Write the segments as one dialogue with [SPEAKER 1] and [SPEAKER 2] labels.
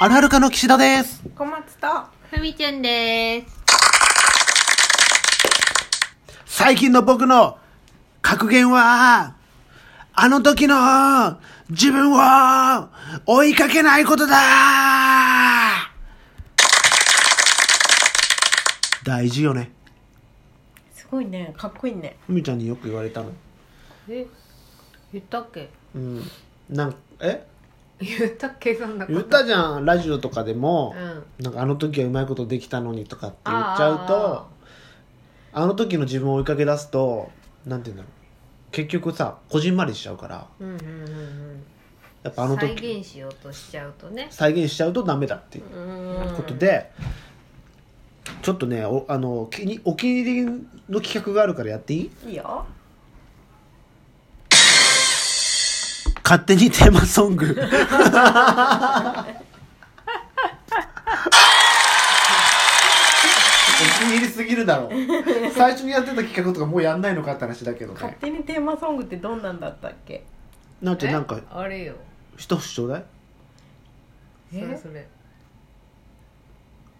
[SPEAKER 1] あるあるかの岸田です。
[SPEAKER 2] 小松と
[SPEAKER 3] ふみちゅんです。
[SPEAKER 1] 最近の僕の格言は、あの時の自分を追いかけないことだ大事よね。
[SPEAKER 2] すごいねかっこいいね
[SPEAKER 1] ふみちゃんによく言われたの。
[SPEAKER 3] え、言ったっけ？
[SPEAKER 1] うん。なんえ
[SPEAKER 3] 言ったっけそんなこと。
[SPEAKER 1] 言ったじゃん、ラジオとかでも、
[SPEAKER 3] うん
[SPEAKER 1] なんかあの時はうまいことできたのにとかって言っちゃうと、あの時の自分を追いかけ出すと、なんて言うんだろう。結局さ、こじんまりしちゃうから、
[SPEAKER 3] うんうんうん
[SPEAKER 1] やっぱ
[SPEAKER 3] う
[SPEAKER 1] あの
[SPEAKER 3] ん。
[SPEAKER 1] 時
[SPEAKER 3] 再。現しようとしちゃうとね。
[SPEAKER 1] 再現しちゃうとダメだっていう
[SPEAKER 3] うーん。
[SPEAKER 1] ことで、ちょっとねおあの気にお気に入りの企画があるからやっていい
[SPEAKER 2] いいよ
[SPEAKER 1] 勝手にテーマソングお気に入りすぎるだろう最初にやってた企画とかもうやんないのかって話だけど
[SPEAKER 2] 勝
[SPEAKER 1] ね
[SPEAKER 2] 手にテーマソングってどんなんだったっけ
[SPEAKER 1] なんて
[SPEAKER 3] え
[SPEAKER 1] なんか
[SPEAKER 3] あれよ。
[SPEAKER 1] 一節ちょうだい
[SPEAKER 3] それそれ。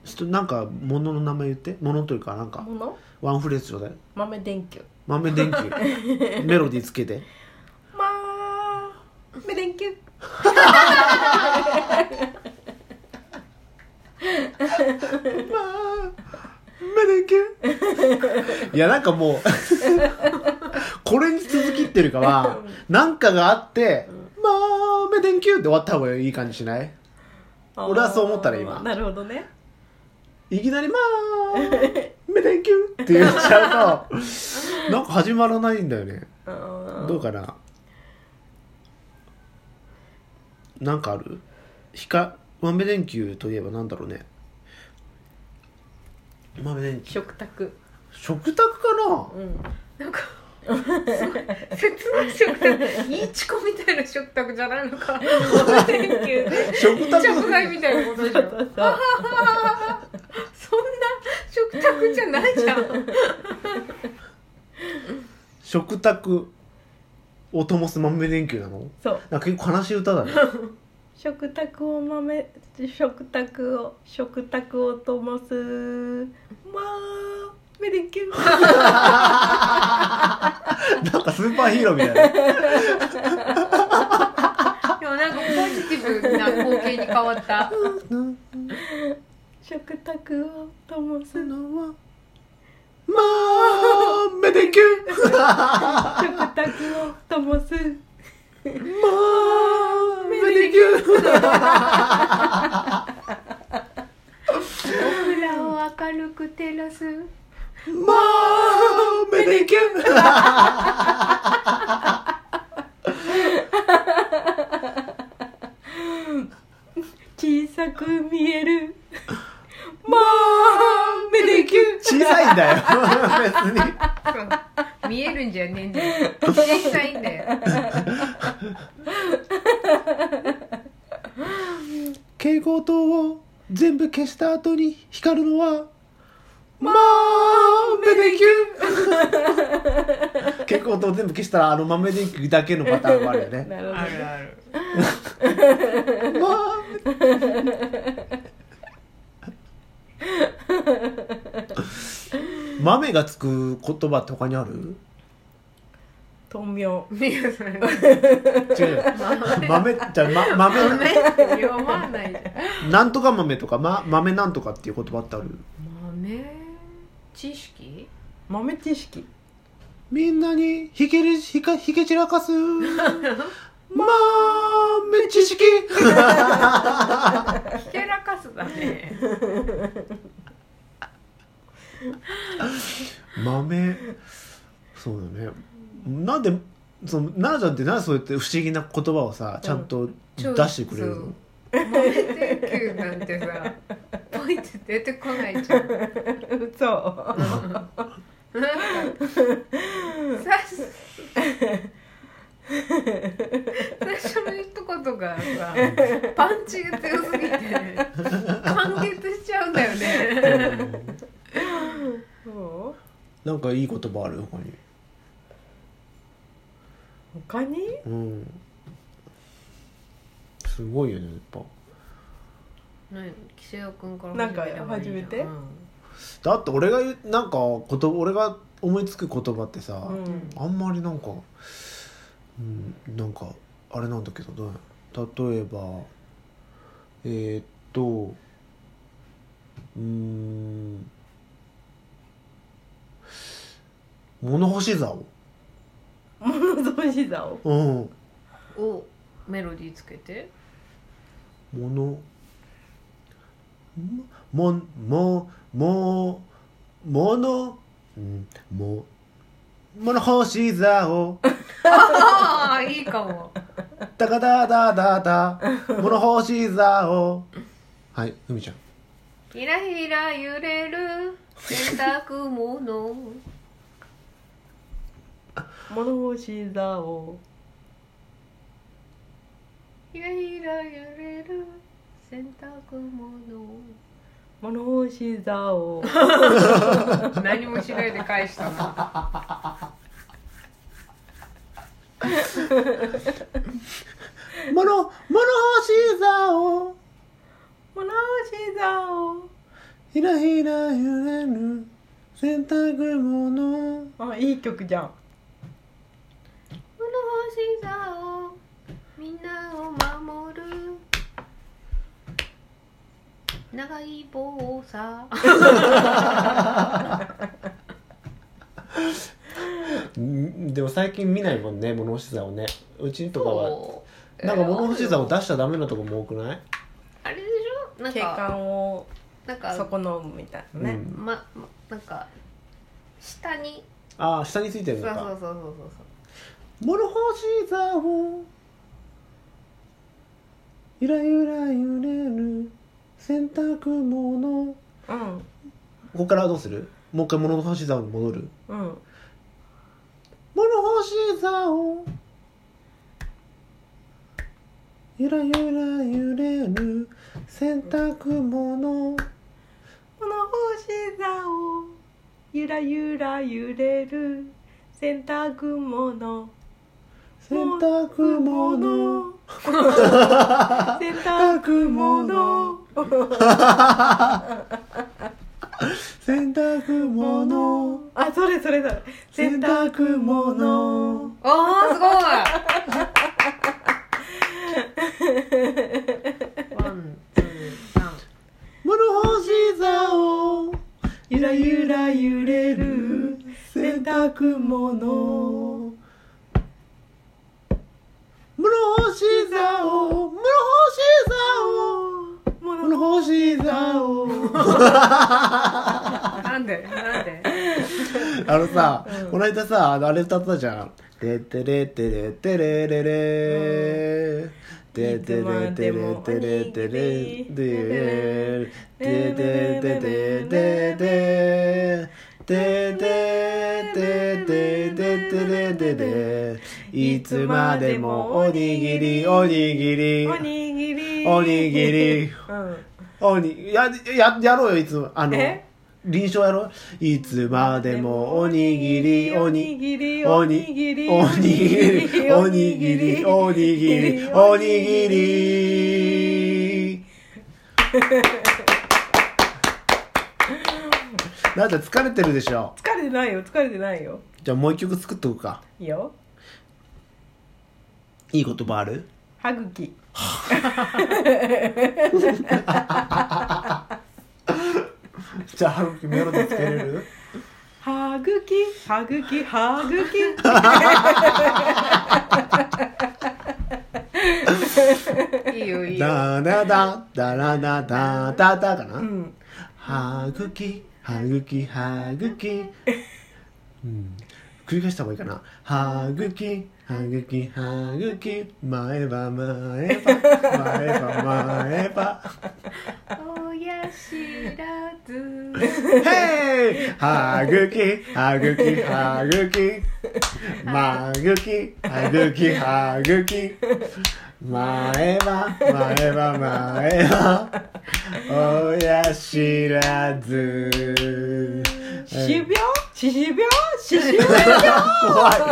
[SPEAKER 1] ひとなんか物の名前言って物というかなんか
[SPEAKER 2] もの
[SPEAKER 1] ワンフレーズちょうだい
[SPEAKER 2] 豆電球
[SPEAKER 1] 豆電球メロディーつけて
[SPEAKER 2] まーめ電球
[SPEAKER 1] まあ、まだけ。いや、なんかもう、これに続きってるかは、なんかがあって、まあ、めでんきゅうって終わった方がいい感じしない
[SPEAKER 2] あー
[SPEAKER 1] 俺はそう思ったら今
[SPEAKER 2] なるほどね
[SPEAKER 1] いきなり、まあ、めでんきゅうって言っちゃうと、なんか始まらないんだよね。
[SPEAKER 2] うーん
[SPEAKER 1] どうかななんかあるひか、豆電球といえばなんだろうね。豆電球。
[SPEAKER 2] 食卓
[SPEAKER 1] 食卓かな、
[SPEAKER 2] うん
[SPEAKER 3] 切ない食卓。いいチコみたいな食卓じゃないのか。お天気ね。
[SPEAKER 1] 食卓
[SPEAKER 3] 食材みたいなことでしょ。
[SPEAKER 2] そうそう
[SPEAKER 3] そんな食卓じゃないじゃん。
[SPEAKER 1] 食卓を灯す豆電球なの
[SPEAKER 2] そう
[SPEAKER 1] なんか結構悲しい歌だね
[SPEAKER 2] 食卓を豆食卓を食卓をともすまーめ電球
[SPEAKER 1] なんかスーパーヒーローみたいな
[SPEAKER 3] でもなんかポジティブな光景に変わった。
[SPEAKER 2] 食卓をともす
[SPEAKER 1] 豆電球
[SPEAKER 2] 食卓をともす
[SPEAKER 1] 豆電球
[SPEAKER 3] 空を明るく照らす。
[SPEAKER 1] 豆電球
[SPEAKER 2] 小さく見えるまあめできゅ
[SPEAKER 1] 小さいんだよ別に
[SPEAKER 3] 見えるんじゃねえん だよ小さいんだよ
[SPEAKER 1] 蛍光灯を全部消した後に光るのはまあ豆電 球蛍光灯全部消したらあの豆電球だけのパターンもあるよ ね
[SPEAKER 2] なるほどね
[SPEAKER 3] ある
[SPEAKER 1] 豆がつく言葉って他にある
[SPEAKER 2] 豆苗
[SPEAKER 3] いやそれ
[SPEAKER 1] 違う 豆じゃあ、ま、豆
[SPEAKER 3] 読まないじ
[SPEAKER 1] なんとか豆とか、ま、豆なんとかっていう言葉ってある
[SPEAKER 3] ゃん豆知識
[SPEAKER 2] 豆知識
[SPEAKER 1] みんなにひけりひかひけ散らかす豆知識
[SPEAKER 3] ひけらかすだね
[SPEAKER 1] 豆そうだねなんでその奈々ちゃんってなんでそうやって不思議な言葉をさちゃんと出してくれるの、
[SPEAKER 3] そう豆電球なんてさポイって出てこないじゃんなんか
[SPEAKER 2] そう
[SPEAKER 3] 最初最初の一言がさパンチが強すぎて完結しちゃうんだよね
[SPEAKER 1] うん
[SPEAKER 2] そう
[SPEAKER 1] なんかいい言葉ある他に
[SPEAKER 2] 他に
[SPEAKER 1] うんすごいよねやっぱ
[SPEAKER 3] ねキセヨくんから
[SPEAKER 2] なんか
[SPEAKER 3] ればいいじゃん
[SPEAKER 2] 始めて
[SPEAKER 1] だって俺が言うなんかこと俺が思いつく言葉ってさ、
[SPEAKER 2] うん
[SPEAKER 1] あんまりなんか、うん、なんかあれなんだけどね例えばえーっとうーん物干し竿
[SPEAKER 2] 物干し竿
[SPEAKER 1] うん
[SPEAKER 3] うんをメロディーつけて
[SPEAKER 1] 物ももももものうんも物干し竿
[SPEAKER 3] ああいいかも
[SPEAKER 1] ダカダダダダ物干し竿はい海ちゃん
[SPEAKER 3] ひらひら揺れる洗濯物
[SPEAKER 2] 物干し竿
[SPEAKER 3] ひらひら揺れる洗濯物
[SPEAKER 2] 物干し竿
[SPEAKER 3] 何もしないで返したな
[SPEAKER 1] 物物干し竿
[SPEAKER 2] 物干し竿
[SPEAKER 1] ひらひら揺れる洗濯物
[SPEAKER 2] あいい曲じゃん
[SPEAKER 3] 物干し竿みんなを守る長い棒をさ
[SPEAKER 1] んでも最近見ないもんね物干し竿ねうちとかは
[SPEAKER 3] そう
[SPEAKER 1] なんか物干し竿
[SPEAKER 3] えー
[SPEAKER 1] 出しちゃダメなとこも多くない
[SPEAKER 3] あれでしょなん
[SPEAKER 2] 景
[SPEAKER 3] か
[SPEAKER 2] 観を
[SPEAKER 3] なんか
[SPEAKER 2] 損のむみたいなね、
[SPEAKER 1] うん
[SPEAKER 3] ま、まなんか下に
[SPEAKER 1] ああ下について
[SPEAKER 3] そ
[SPEAKER 1] るの
[SPEAKER 3] うそう
[SPEAKER 1] か
[SPEAKER 3] そうそうそうそう
[SPEAKER 1] 物干し竿ゆらゆら揺れる洗濯物
[SPEAKER 2] うん
[SPEAKER 1] ここからどうするもう一回物干し竿に戻る
[SPEAKER 2] うん
[SPEAKER 1] 物干し竿ゆらゆら揺れる洗濯物
[SPEAKER 2] 物干し竿ゆらゆら揺れる洗濯物
[SPEAKER 1] 洗濯 物
[SPEAKER 2] 洗濯物
[SPEAKER 1] 洗濯物
[SPEAKER 2] あそれそれそれ洗濯物
[SPEAKER 3] あーすごいワンツーワン
[SPEAKER 1] 物干し竿
[SPEAKER 2] ゆらゆら揺れる洗濯物
[SPEAKER 1] 室干し竿室
[SPEAKER 2] 物
[SPEAKER 1] 干し竿室干し竿
[SPEAKER 3] なんでなんで
[SPEAKER 1] あのさ、この間さあのあれ歌ったじゃん「てってれってれてれれれ」てってれてれてれてれれててててててててててててれてれいつまでもおにぎりおにぎり
[SPEAKER 2] おにぎり
[SPEAKER 1] おにぎり
[SPEAKER 2] うん
[SPEAKER 1] おにやややろうよいつもあの
[SPEAKER 2] え
[SPEAKER 1] 臨床やろういつまでもおにぎりおに
[SPEAKER 2] ぎり
[SPEAKER 1] お
[SPEAKER 2] お
[SPEAKER 1] に
[SPEAKER 2] にぎり
[SPEAKER 1] おにぎりおにぎりおにぎりおにぎ りなんだ疲れてるでしょ
[SPEAKER 2] 疲れてないよ疲れてないよ
[SPEAKER 1] じゃあもう一曲作っとくか
[SPEAKER 2] いいよ
[SPEAKER 1] いい言葉ある
[SPEAKER 2] 歯茎
[SPEAKER 1] じゃあハロキメロディつけれる
[SPEAKER 2] 歯茎歯茎歯茎
[SPEAKER 3] いいよいいよ
[SPEAKER 1] ダラダダラダダダダかな、
[SPEAKER 2] うん
[SPEAKER 1] はぐき、はぐき、はぐき。うん。繰り返した方がいいかな。はぐき、はぐき、はぐき。前歯、前歯、前歯、前歯。
[SPEAKER 3] 親知らず
[SPEAKER 1] ヘイはぐき、はぐき、はぐき。まぐき、はぐき、はぐき。前歯、前歯、前歯。親知らず。
[SPEAKER 2] 種苗種しし病しし病
[SPEAKER 1] 怖い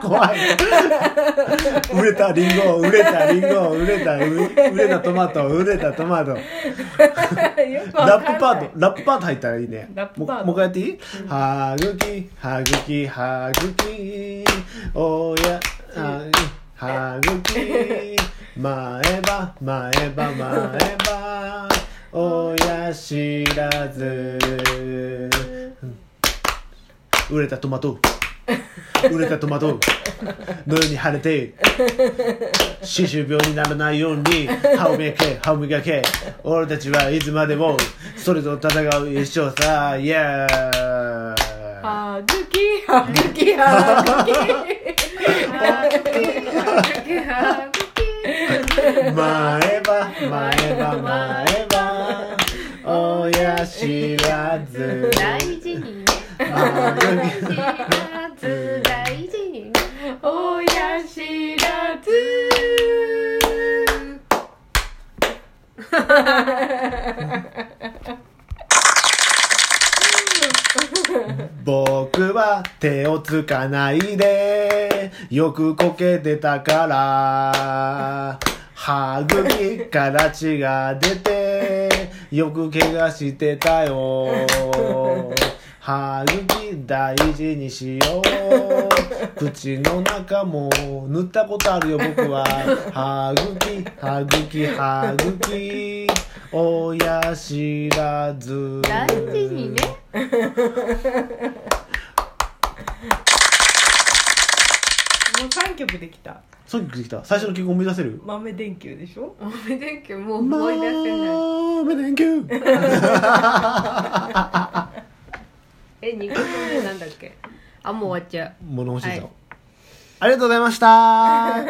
[SPEAKER 1] 怖い売れたリンゴ売れたリンゴ売れた売れたトマト売れたトマト
[SPEAKER 2] よくわか
[SPEAKER 1] ラ
[SPEAKER 2] ん
[SPEAKER 1] ッ
[SPEAKER 2] ない
[SPEAKER 1] プパートラップパート入ったらいいね
[SPEAKER 2] ラップパート
[SPEAKER 1] ももう一回やっていい、はぐきはぐきはぐきおやあはぐき前歯前歯前歯親知らず売れたトマト売れたトマトのように晴れて歯周病にならないように歯を磨け歯を磨け俺たちはいつまでもそれと戦う一生さイエーイ
[SPEAKER 2] はぐきはぐきはぐき
[SPEAKER 1] 前歯前歯前歯親知らず
[SPEAKER 3] 大事にね
[SPEAKER 1] あ
[SPEAKER 3] 大事に大事にね
[SPEAKER 2] 親知らず
[SPEAKER 1] 僕は手をつかないでよくこけてたから歯茎から血が出てよく怪我してたよ歯茎大事にしよう口の中も塗ったことあるよ僕は歯茎歯茎歯茎親知らず
[SPEAKER 3] 大事にね
[SPEAKER 2] もう三曲できた
[SPEAKER 1] さっきできた最初の曲思い出せる
[SPEAKER 2] 豆電球でしょ
[SPEAKER 3] おめでんけもう思い出せない
[SPEAKER 1] めでんきゅ う。
[SPEAKER 3] え二個目なんだっけあもう終わっちゃう
[SPEAKER 1] 物欲しいぞ。
[SPEAKER 3] はい
[SPEAKER 1] ありがとうございました。